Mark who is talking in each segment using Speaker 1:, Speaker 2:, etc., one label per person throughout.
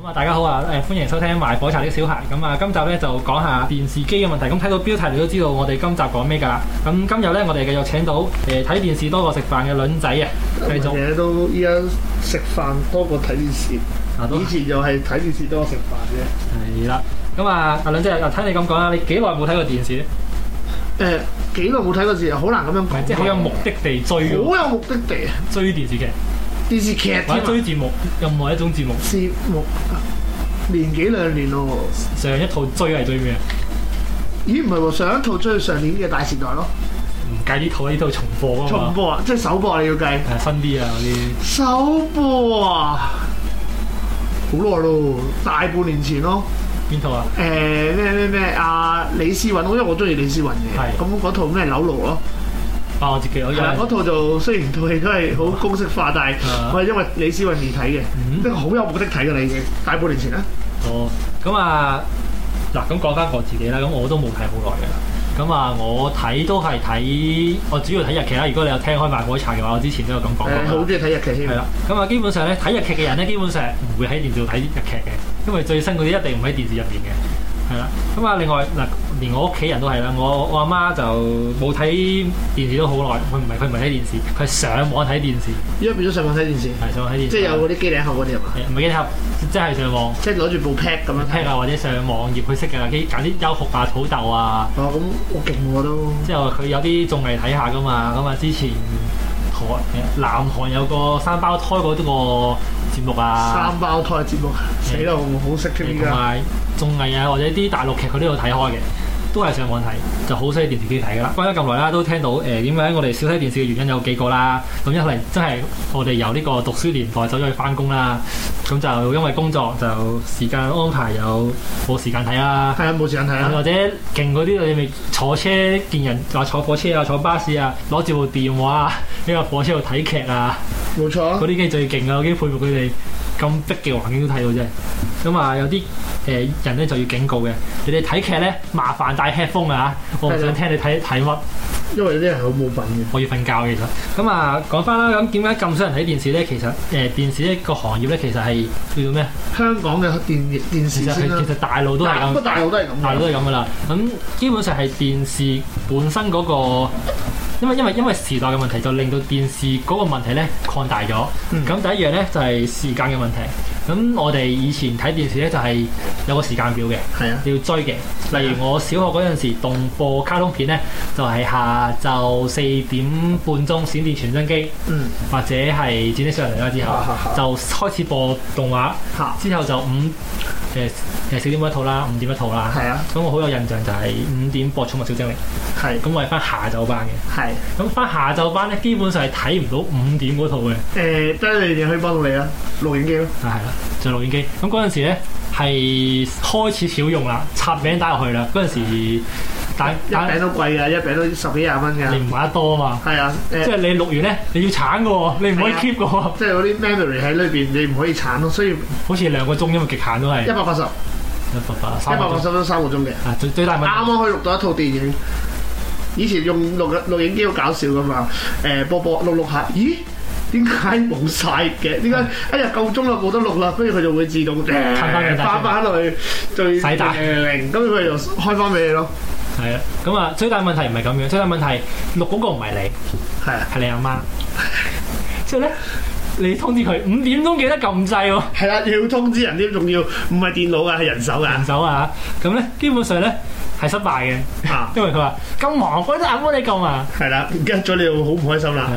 Speaker 1: 咁啊，大家好啊！誒，歡迎收聽《賣火柴的小孩》。咁啊，今集咧就講下電視機嘅問題。咁睇到標題你都知道我哋今集講咩㗎啦。咁今日咧，我哋繼續請到誒睇、電視多過食飯嘅卵仔啊，繼續
Speaker 2: 嘢都依家食飯多過睇電視，
Speaker 1: 啊都
Speaker 2: 以前就係睇電視多過食飯嘅。
Speaker 1: 係啦。咁啊，阿卵仔啊，睇你咁講啦，你幾耐冇睇過電視咧？
Speaker 2: 誒、幾耐冇睇過電視，好難咁樣
Speaker 1: 唔係，
Speaker 2: 講，
Speaker 1: 即係好有目的地追喎
Speaker 2: 好有目的地啊！
Speaker 1: 追電視劇
Speaker 2: 電視劇添
Speaker 1: 或者
Speaker 2: 啊
Speaker 1: 追節目，任何一種節目，
Speaker 2: 節目啊年幾兩年咯
Speaker 1: 上一套追係追咩啊？
Speaker 2: 喎，咦唔係喎，上一套追上年嘅《大時代》咯，
Speaker 1: 唔計呢套，呢套重播啊
Speaker 2: 重
Speaker 1: 嘛，
Speaker 2: 播啊，即係首播你要計，
Speaker 1: 係新啲啊嗰啲。
Speaker 2: 首播啊，好耐咯，大半年前咯。
Speaker 1: 邊套啊？
Speaker 2: 誒咩咩咩啊李思韻，因為我中意李思韻
Speaker 1: 係
Speaker 2: 嘅，咁嗰套咩扭路咯。
Speaker 1: 啊，我自己我有
Speaker 2: 係啦，嗰套就雖然套戲都係好公式化，但係
Speaker 1: 啊
Speaker 2: 我係因為李思韻而睇嘅，
Speaker 1: 嗯
Speaker 2: 即係好有目的睇嘅你已經大半年前啦，
Speaker 1: 哦，咁啊，嗱，咁講翻我自己啦，咁我都冇睇好耐嘅啦。咁啊，我睇都係睇，我主要睇日劇啦。如果你有聽開賣火柴嘅話，我之前都有咁講過
Speaker 2: 誒好
Speaker 1: 啦
Speaker 2: 中。意睇日劇
Speaker 1: 哦
Speaker 2: 添
Speaker 1: 係。啦，咁啊，基本上咧睇日劇嘅人咧，基本上唔會喺電視度睇日劇嘅，因為最新嗰啲一定唔喺電視入面嘅。係啦，咁啊，另外嗱，連我屋企人都係啦，我我阿媽就冇睇電視都好耐，佢唔係佢唔係睇電視，佢係上網睇電視，
Speaker 2: 而家變咗上網睇電視，
Speaker 1: 係上網睇電視。
Speaker 2: 即係有嗰啲機頂盒嗰啲係嘛？
Speaker 1: 係唔係幾合，即係上網。
Speaker 2: 即係攞住部 pad 咁樣
Speaker 1: 聽
Speaker 2: 睇。
Speaker 1: 啊，或者上網頁去識㗎啦，啲揀啲優酷啊、土豆啊，
Speaker 2: 哦，咁我勁喎都。
Speaker 1: 之後佢有啲綜藝睇下噶嘛，咁啊之前台誒南韓有個三胞胎嗰個節目啊，嗯
Speaker 2: 三胞胎節目，死啦！我好識添依
Speaker 1: 同
Speaker 2: 家。
Speaker 1: 埋綜藝啊或者啲大陸劇佢都有睇開嘅。都係上網睇，就好少喺電視機睇噶啦。講咗咁耐啦，都聽到誒點解我哋少睇電視嘅原因有幾個啦。咁一嚟真係我哋由呢個讀書年代走咗去翻工啦，咁就因為工作就時間安排又冇時間睇啦。
Speaker 2: 係啊，冇時間睇啊。
Speaker 1: 或者勁嗰啲，你咪坐車見人話坐火車啊、坐巴士啊，攞住部電話啊喺個火車度睇劇啊，
Speaker 2: 冇錯啊
Speaker 1: 嗰。啲機最勁啊！我已經佩服佢哋咁逼嘅環境都睇到啫。咁啊，有啲誒、呃人咧就要警告嘅，你哋睇劇咧麻煩戴 headphone 啊！我唔想聽你睇睇乜，
Speaker 2: 因為有啲人好冇品嘅。
Speaker 1: 我要瞓覺嘅其實。咁啊，講翻啦，咁點解咁少人睇電視咧？其實誒、呃、電視呢個行業咧，其實係叫做咩？啊
Speaker 2: 香港嘅電電視
Speaker 1: 其實
Speaker 2: 先啦
Speaker 1: 係，其實大陸都係
Speaker 2: 大
Speaker 1: 咁
Speaker 2: 不。大陸都係咁
Speaker 1: 大
Speaker 2: 嘅
Speaker 1: 陸。都係咁噶啦。咁基本上係電視本身嗰、個，因為因為因為時代嘅問題，就令到電視嗰個問題咧擴大咗。咁、
Speaker 2: 嗯
Speaker 1: 第一樣咧就係、時間嘅問題。咁我哋以前睇電視咧就係、有個時間表嘅，
Speaker 2: 係啊，
Speaker 1: 你要追嘅。例如我小學嗰陣時動播卡通片咧，就係、下晝四點半鐘閃電傳真機，
Speaker 2: 嗯，
Speaker 1: 或者係剪啲上嚟啦之後，就開始播動畫，
Speaker 2: 嚇
Speaker 1: 之後就五誒誒四點半一套啦，五點一套啦。
Speaker 2: 係啊，
Speaker 1: 咁我好有印象就係五點播《寵物小精靈》，
Speaker 2: 係
Speaker 1: 咁我係翻下晝班嘅。
Speaker 2: 係。
Speaker 1: 咁翻下晝班咧，基本上係睇唔到五點嗰套嘅，
Speaker 2: 誒，得呃你哋可以幫到你啦，錄影機咯，
Speaker 1: 啊係啦，就錄影機。咁嗰陣時咧係開始少用啦，插名打入去啦。嗰陣時打
Speaker 2: 一
Speaker 1: 打
Speaker 2: 餅都貴㗎，一餅都十幾廿蚊
Speaker 1: 啊你
Speaker 2: 㗎，
Speaker 1: 唔買得多啊嘛，
Speaker 2: 係啊，誒、
Speaker 1: 即係你錄完咧你要鏟嘅喎，你唔可以
Speaker 2: 係啊
Speaker 1: keep 嘅喎，
Speaker 2: 即係嗰啲 memory 喺裏邊，你唔可以鏟咯，所以一
Speaker 1: 好似兩個鐘因為極限都係
Speaker 2: 百八十、
Speaker 1: 一百八
Speaker 2: 一
Speaker 1: 三
Speaker 2: 百
Speaker 1: 個
Speaker 2: 八
Speaker 1: 鐘
Speaker 2: 十都三個鐘嘅，
Speaker 1: 啊最最大問
Speaker 2: 啱
Speaker 1: 題
Speaker 2: 啱可以錄到一套電影。以前用錄錄影機好搞笑㗎嘛，誒、播播錄錄下，咦？點解冇晒嘅？點解哎呀夠鐘啦，冇得錄啦，跟住佢就會自動誒
Speaker 1: 翻返去
Speaker 2: 翻翻去最
Speaker 1: 洗帶
Speaker 2: 零，跟住佢就開翻俾你咯。
Speaker 1: 係啊，咁啊最大問題唔係咁樣，最大問題錄嗰個唔係你。
Speaker 2: 係啊，
Speaker 1: 係你阿媽。之後咧，你通知佢五點鐘記得撳掣喎，
Speaker 2: 係啦，要通知人添，仲要唔係電腦㗎，係人手
Speaker 1: 人
Speaker 2: 㗎。
Speaker 1: 手啊。咁咧，基本上咧係失敗嘅，
Speaker 2: 啊，
Speaker 1: 因為佢話咁忙，鬼得阿幫你撳啊，
Speaker 2: 係啦，唔記得咗你會好唔開心啦。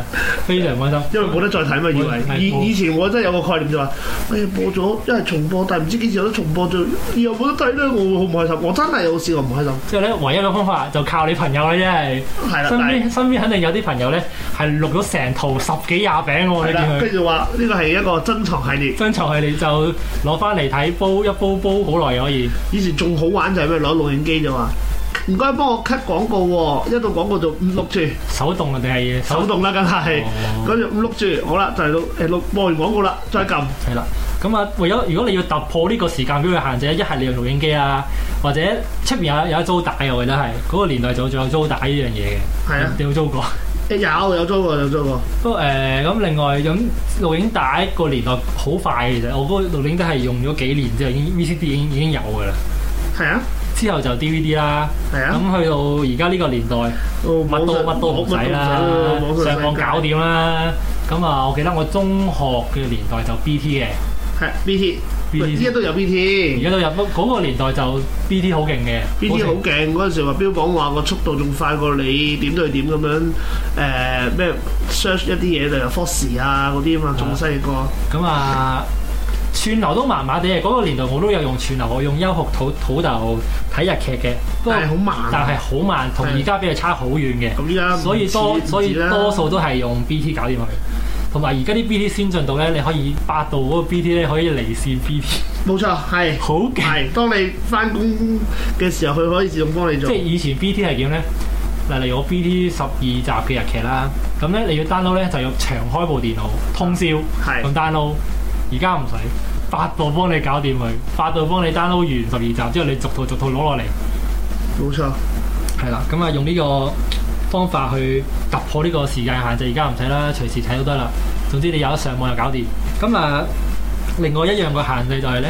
Speaker 1: 非常唔開心。
Speaker 2: 因為冇得再睇嘛，以
Speaker 1: 係
Speaker 2: 為以
Speaker 1: 冇
Speaker 2: 以前我真係有個概念就話，哎呀播咗，因為重播，但係唔知幾時有得重播，就以後冇得睇咧，我會好唔開心。我真係有試過唔開心，
Speaker 1: 之後咧，唯一嘅方法就靠你朋友啦，真係
Speaker 2: 係啦，
Speaker 1: 身
Speaker 2: 但係
Speaker 1: 邊身邊肯定有啲朋友咧係錄咗成套十幾廿餅喎，
Speaker 2: 係
Speaker 1: 你見
Speaker 2: 啦，
Speaker 1: 佢。
Speaker 2: 跟住話呢個係一個珍藏系列。
Speaker 1: 珍藏佢你就攞翻嚟睇，煲一煲煲好耐可以。
Speaker 2: 以前仲好玩就係咩攞錄影機就話，唔該幫我 cut 廣告喎，一到廣告就唔錄住，
Speaker 1: 手動啊定係
Speaker 2: 手動啦，梗係，
Speaker 1: 哦
Speaker 2: 跟住唔錄住，好啦，就係到誒錄播完廣告啦，再撳。
Speaker 1: 係啦，咁啊，為咗如果你要突破呢個時間表嘅限制，一係你用錄影機啊，或者出面有有得租帶，我記得係嗰、個年代就仲有租帶呢樣嘢嘅，
Speaker 2: 係啊，
Speaker 1: 你有冇租過？
Speaker 2: 誒有有租過有租過，
Speaker 1: 不過誒，呃咁、另外咁錄影帶個年代好快嘅，其實我嗰個錄影帶係用咗幾年之後，已經 VCD 已經已經有㗎啦。
Speaker 2: 係啊
Speaker 1: 之後就 DVD 啦，
Speaker 2: 係
Speaker 1: 咁
Speaker 2: 啊，
Speaker 1: 去到而家呢個年代，
Speaker 2: 哦
Speaker 1: 乜都乜都唔使啦
Speaker 2: 網，上
Speaker 1: 上網搞掂啦。咁啊，我記得我中學嘅年代就 BT 嘅
Speaker 2: 係 BT，喂依
Speaker 1: ，BT
Speaker 2: 家都有
Speaker 1: 而
Speaker 2: BT。
Speaker 1: 家都有，不過嗰個年代就 BT 好勁嘅
Speaker 2: BT 好勁嗰陣時話標榜話個速度仲快過你點對點咁樣誒咩 search 一啲嘢例如 Fox 啊嗰啲啊嘛，仲犀利過
Speaker 1: 咁啊，串流都麻麻地嘅，嗰、個年代我都有用串流，我用優酷土土豆睇日劇嘅，不過
Speaker 2: 但係好慢。
Speaker 1: 但係好慢，同
Speaker 2: 係
Speaker 1: 而家比係差好遠嘅，
Speaker 2: 咁依家唔
Speaker 1: 所以多
Speaker 2: 止
Speaker 1: 所以
Speaker 2: 唔止啦
Speaker 1: 多數都係用 BT 搞掂佢。同埋而家啲 BT 先進到咧，你可以百度嗰個 BT 咧可以離線 BT，
Speaker 2: 冇錯 係
Speaker 1: 好勁！
Speaker 2: 係。當你翻工嘅時候，佢可以自動幫你
Speaker 1: 即
Speaker 2: 做
Speaker 1: 係。以前 BT 係點咧？嗱，例如我 BT 十二集嘅日劇啦，咁咧你要 download 咧就要長開部電腦通宵。
Speaker 2: 係
Speaker 1: 咁 download，而家唔使，百度幫你搞掂佢，百度幫你 download 完十二集之後，你逐套逐套攞落嚟，
Speaker 2: 冇錯。
Speaker 1: 係啦，咁啊用呢個方法去突破呢個時間限制，而家唔使啦，隨時睇都得啦。總之你有得上網就搞掂。咁啊，另外一樣個限制就係、呢，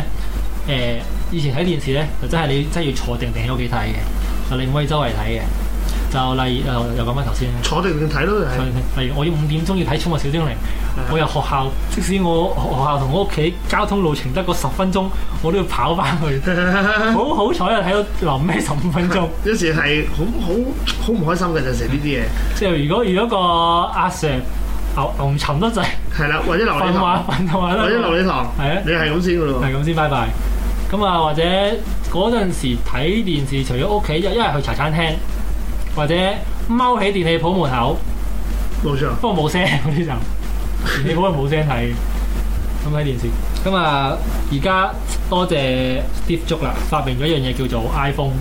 Speaker 1: 誒、以前睇電視呢，就真係你真係要坐定定喺屋企睇嘅，就你唔可以周圍睇嘅。就例如誒，又講翻頭先啦
Speaker 2: 坐定定睇 咯，係
Speaker 1: 例如我要五點鐘要睇《寵物小精靈》，我由學校，即使我學校同我屋企交通路程得嗰十分鐘，我都要跑翻去。 好好彩啊！睇到臨尾十五分鐘，
Speaker 2: 有時係好好好唔開心嘅，有時呢啲嘢
Speaker 1: 即係如果如果個阿 Sir 牛牛沉得滯，
Speaker 2: 係啦，或者留
Speaker 1: 瞓
Speaker 2: 哦你
Speaker 1: 話
Speaker 2: 堂，
Speaker 1: 瞓到話
Speaker 2: 或者留
Speaker 1: 咧，
Speaker 2: 你堂，
Speaker 1: 係啊，
Speaker 2: 你係咁先噶咯喎。
Speaker 1: 係咁先，拜拜。咁啊，或者嗰陣時睇電視，除咗屋企，一一係去茶餐廳，或者踎喺電器鋪門口。
Speaker 2: 冇錯，
Speaker 1: 不過冇聲嗰啲就，你嗰個冇聲睇，咁睇電視。咁啊，而家多謝 Steve Jobs 啦，發明咗一樣嘢叫做 iPhone。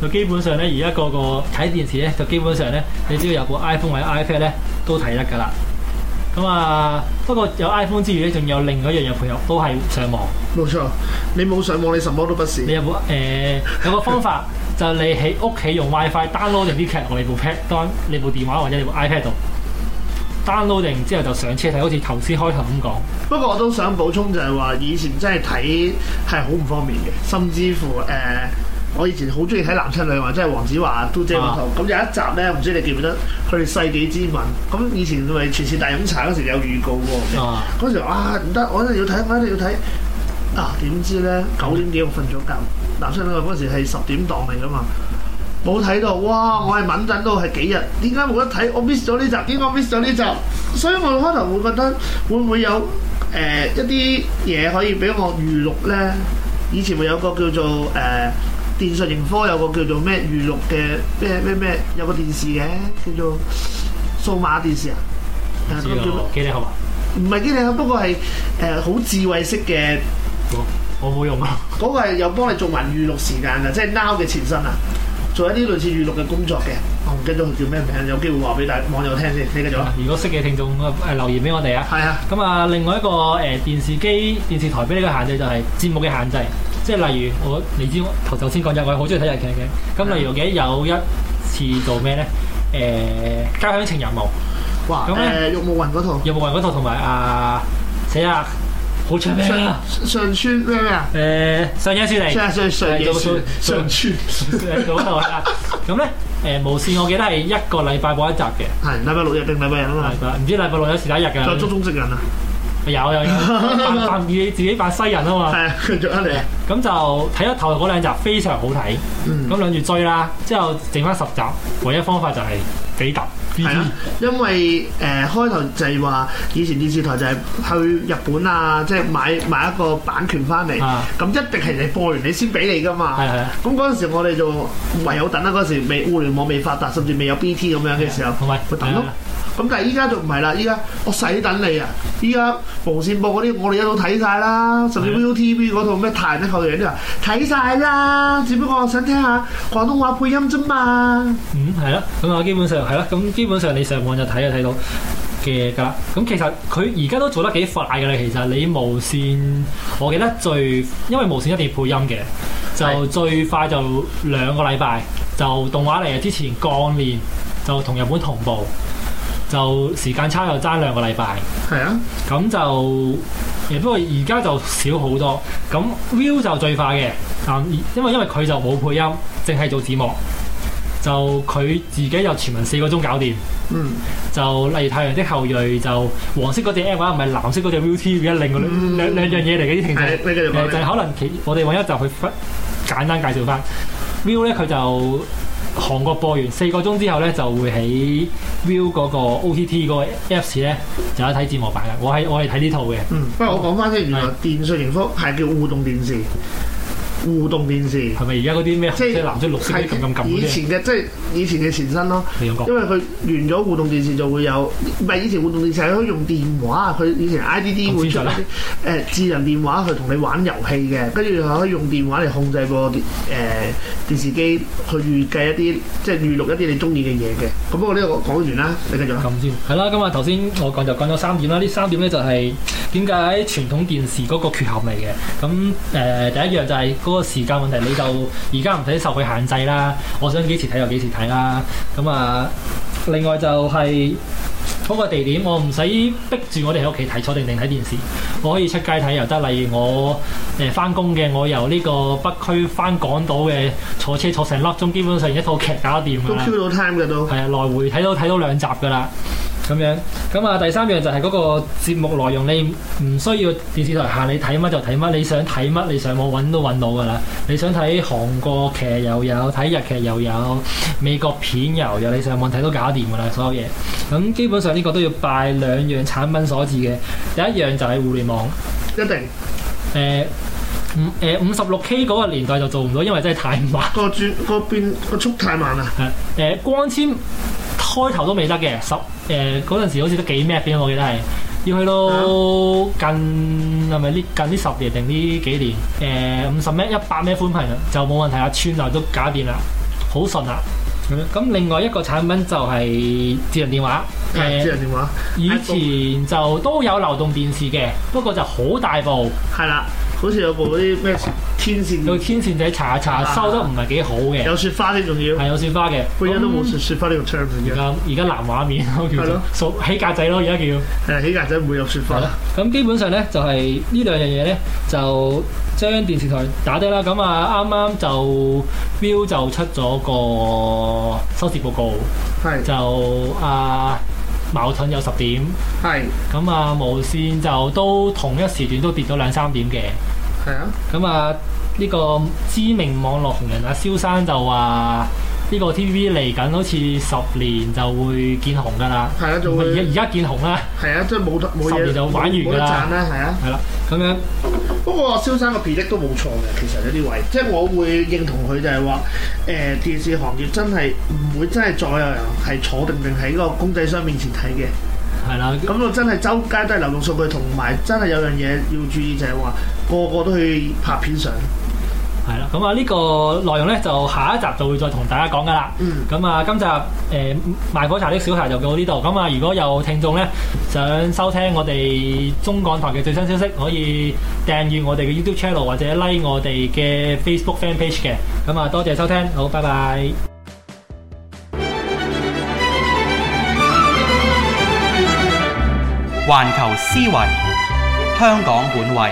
Speaker 1: 就基本上咧，而家個個睇電視咧，就基本上咧，你只要有部 iPhone 或者 iPad 咧，都睇得㗎啦。咁啊，不過有 iPhone 之餘咧，仲有另外一樣嘢配合，都係上網。
Speaker 2: 冇錯。你冇上網，你什麼都不是
Speaker 1: 你。有冇誒、呃有個方法，就你喺屋企用 WiFi download 定啲劇落你部 pad，當你部電話或者你部 iPad 度 download 定之後就上車睇，好似頭先開頭咁講。
Speaker 2: 不過我都想補充就係話，以前真係睇係好唔方便嘅，甚至乎誒、呃我以前好中意睇《男親女愛》，即係黃子華都姐嗰套。咁、有一集咧，唔知你記唔記得佢哋世紀之吻。咁以前咪全是大飲茶嗰時有預告喎。
Speaker 1: 啊，
Speaker 2: 嗰時啊唔得，我一定要睇，我一定要睇。啊點知咧九點幾我瞓咗覺，男親女愛嗰時係十點檔嚟噶嘛，冇睇到，哇！我係敏感到係幾日，點解冇得睇？我 miss 咗呢集，點解我 miss 咗呢集？所以我開頭會覺得會唔會有誒、呃一啲嘢可以俾我預錄咧？以前咪有個叫做誒、呃、電訊盈科有個叫做咩預錄嘅咩咩咩，有個電視嘅叫做數碼電視啊，誒
Speaker 1: 知
Speaker 2: 嗰個叫咩
Speaker 1: 道，幾你好啊？
Speaker 2: 唔係機靈，不過係誒好智慧式嘅，
Speaker 1: 我冇用啊，
Speaker 2: 嗰、個係有幫你做埋預錄時間嘅，即係 Now 嘅前身啊，做一啲類似預錄嘅工作嘅。我唔記得佢叫咩名，有機會話俾大網友聽先。你繼續啊。
Speaker 1: 如果識嘅聽眾誒留言俾我哋啊。
Speaker 2: 係啊，
Speaker 1: 咁啊，另外一個誒、電視機、電視台俾你嘅限制就係節目嘅限制，即係例如我你知我頭頭先講咗，我係好中意睇日劇嘅。咁例如我記得有一次做咩咧？誒、交響情人夢。
Speaker 2: 哇！
Speaker 1: 咁
Speaker 2: 誒、
Speaker 1: 咧
Speaker 2: 玉木雲嗰套
Speaker 1: 有冇人嗰套同埋啊死啊好出名啊！
Speaker 2: 上上村咩咩啊？
Speaker 1: 誒上野樹
Speaker 2: 即
Speaker 1: 嚟
Speaker 2: 係上上野樹上村
Speaker 1: 嗰套啦，咁咧誒無線我記得係一個禮拜播一集嘅，
Speaker 2: 係禮拜六日定禮拜日啊嘛
Speaker 1: 禮。拜唔知禮拜六有時打一日
Speaker 2: 再
Speaker 1: 㗎，
Speaker 2: 捉中式人啊，
Speaker 1: 有有有扮扮自己自己扮西人啊嘛，
Speaker 2: 係啊，繼續啊你啊，
Speaker 1: 咁就睇咗頭嗰兩集非常好睇，
Speaker 2: 嗯，
Speaker 1: 咁諗住追啦，之後剩翻十集，唯一方法就係俾揼
Speaker 2: 係
Speaker 1: BT
Speaker 2: 啊。，因為誒、呃、開頭就係話以前電視台就係去日本啊，即係買買一個版權翻嚟，
Speaker 1: 啊，
Speaker 2: 咁一定係你播完你先俾你噶嘛。
Speaker 1: 係係係，
Speaker 2: 咁嗰陣時我哋就唯有等啦，嗰陣時未互聯網未發達，甚至未有 BT 咁樣嘅時候。
Speaker 1: 同埋啊
Speaker 2: 咪等咯咁但係依家就唔係啦，依家我使等你啊！依家無線播嗰啲我哋一路睇晒啦，甚至
Speaker 1: 係
Speaker 2: ViuTV 嗰套咩《泰的後裔》啲啊睇晒啦，只不過我想聽下廣東話配音啫嘛。
Speaker 1: 嗯，係啦，咁啊，基本上係啦，咁基本上你上網就睇就睇到嘅㗎啦。咁其實佢而家都做得幾快㗎啦。其實你無線，我記得最因為無線一定要配音嘅，就
Speaker 2: 係
Speaker 1: 最快就啊兩個禮拜就動畫嚟嘅。之前鋼煉就同日本同步，就時間差又爭兩個禮拜，
Speaker 2: 係啊，
Speaker 1: 咁就誒不過而家就少好多。咁 View 就最快嘅，啊，因為因為佢就冇配音，淨係做字幕，就佢自己就全文四個鐘搞掂。
Speaker 2: 嗯，
Speaker 1: 就例如《太陽的後裔》就黃色嗰只 app 啊，唔係藍色嗰只 ViuTV 一另外兩、
Speaker 2: 嗯
Speaker 1: 兩兩樣嘢嚟嘅啲聽眾。
Speaker 2: 係你繼續
Speaker 1: 誒、呃就係、
Speaker 2: 講。
Speaker 1: 可能其我哋揾一集去分簡單介紹翻 View 咧，佢就韓國播完四個鐘之後咧，就會喺 View 嗰個 OTT 嗰個 Apps 咧就有得睇字幕版嘅。我係我係睇呢套嘅，
Speaker 2: 嗯，不過我講翻先，原來電訊盈科係叫互動電視，紅動電視
Speaker 1: 係咪而家嗰啲咩紅
Speaker 2: 即係
Speaker 1: 色、藍色、綠色嗰啲撳撳撳
Speaker 2: 係
Speaker 1: 嗰
Speaker 2: 以
Speaker 1: 啲？
Speaker 2: 前嘅，即哦係以前嘅前身咯。
Speaker 1: 你咁講
Speaker 2: 因為佢完咗互動電視就會有，唔係以前互動電視係可以用電話，佢以前 IDD
Speaker 1: 咁先
Speaker 2: 會出
Speaker 1: 進
Speaker 2: 嗰
Speaker 1: 啦
Speaker 2: 啲誒智能電話去同你玩遊戲嘅，跟住佢可以用電話嚟控制個誒、呃、電視機去預計一啲即係預錄一啲你中意嘅嘢嘅。咁不過呢個我講完啦，你繼續啊。
Speaker 1: 咁先係啦。咁啊，頭先我講就講咗三點啦。呢三點咧就係點解傳統電視嗰個缺陷嚟嘅。咁誒、呃第一樣就係嗰個時間問題，你就而家唔使受佢限制啦。我想幾時睇就幾時睇啦。咁啊，另外就係、嗰個地點，我唔使逼住我哋喺屋企睇，坐定定睇電視，我可以出街睇又得。例如我誒翻工嘅，我由呢個北區翻港島嘅，坐車坐成粒鐘，基本上一套劇搞掂㗎
Speaker 2: 都
Speaker 1: 啦。
Speaker 2: Q 到 time 嘅都，
Speaker 1: 係啊，來回睇到睇到兩集噶啦，咁樣。咁啊，第三樣就係嗰個節目內容，你唔需要電視台限你睇乜就睇乜，你想睇乜你上網揾都揾到噶啦。你想睇韓國劇又有，睇日劇又有，美國片又有，你上網睇都搞掂噶啦，所有嘢。咁基本上呢個都要拜兩樣產品所致嘅，第一樣就係互聯網，
Speaker 2: 一定
Speaker 1: 誒五誒五十六 K 嗰個年代就做唔到，因為真係太慢。
Speaker 2: 個轉個變個速太慢啦。
Speaker 1: 誒、呃光纖開頭都未得嘅，十誒嗰陣時好似得幾 m 嘅，我記得係要去
Speaker 2: 啊
Speaker 1: 到近係咪呢近呢十年定呢幾年誒五十 m 一百 m 寬頻就冇問題啦，串流都搞掂啦，好順啦。咁樣咁另外一個產品就係智能電話，誒、
Speaker 2: 係啊智能電話
Speaker 1: 以前就都有流動電視嘅，不過就好大部，
Speaker 2: 係啦，好似有部嗰啲咩天
Speaker 1: 個
Speaker 2: 線，
Speaker 1: 天線仔查下查下收得唔係幾好嘅，
Speaker 2: 啊有雪花添，仲要，
Speaker 1: 係哦有雪花嘅。
Speaker 2: 佢而家都冇
Speaker 1: 咁
Speaker 2: 雪雪花呢個 term
Speaker 1: 而
Speaker 2: 嘅，
Speaker 1: 家而家藍畫面咯，叫
Speaker 2: 係咯
Speaker 1: 做數起格仔咯，而家叫。
Speaker 2: 誒起格仔唔會有雪花
Speaker 1: 係啦，咁基本上咧就係、呢兩樣嘢咧，就將電視台打低啦。咁啊，啱啱就 View 就出咗個收視報告，
Speaker 2: 係
Speaker 1: 就啊矛盾有十點，
Speaker 2: 係
Speaker 1: 咁啊無線就都同一時段都跌咗兩三點嘅。
Speaker 2: 係啊。
Speaker 1: 咁啊，呢個知名網絡紅人阿蕭生就話。呢個 TVB 嚟緊好似十年就會見紅㗎啦，
Speaker 2: 係啊，就
Speaker 1: 唔係
Speaker 2: 會
Speaker 1: 而家而家見紅啦，
Speaker 2: 係啊，即係冇得冇
Speaker 1: 十
Speaker 2: 嘢
Speaker 1: 年就玩完㗎啦
Speaker 2: 冇得賺啦，係啊。
Speaker 1: 係啦，咁樣
Speaker 2: 不過蕭生個 p r 都冇錯嘅，其實有啲位，即係我會認同佢就係話，誒、電視行業真係唔會真係再有人係坐定定喺個公仔箱面前睇嘅。
Speaker 1: 係啦，
Speaker 2: 咁就真係周街都係流動數據，同埋真係有樣嘢要注意就係話，個個都去拍片上。
Speaker 1: 係啦，咁啊呢個內容咧就下一集就會再同大家講噶啦。
Speaker 2: 嗯，
Speaker 1: 咁啊，今集誒、呃、賣火柴的小孩就到呢度。咁啊，如果有聽眾咧想收聽我哋中港台嘅最新消息，可以訂閱我哋嘅 YouTube channel 或者 like 我哋嘅 Facebook fan page 嘅。咁啊，多謝收聽，好，拜拜。
Speaker 3: 環球思維，香港本位，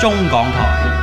Speaker 3: 中港台。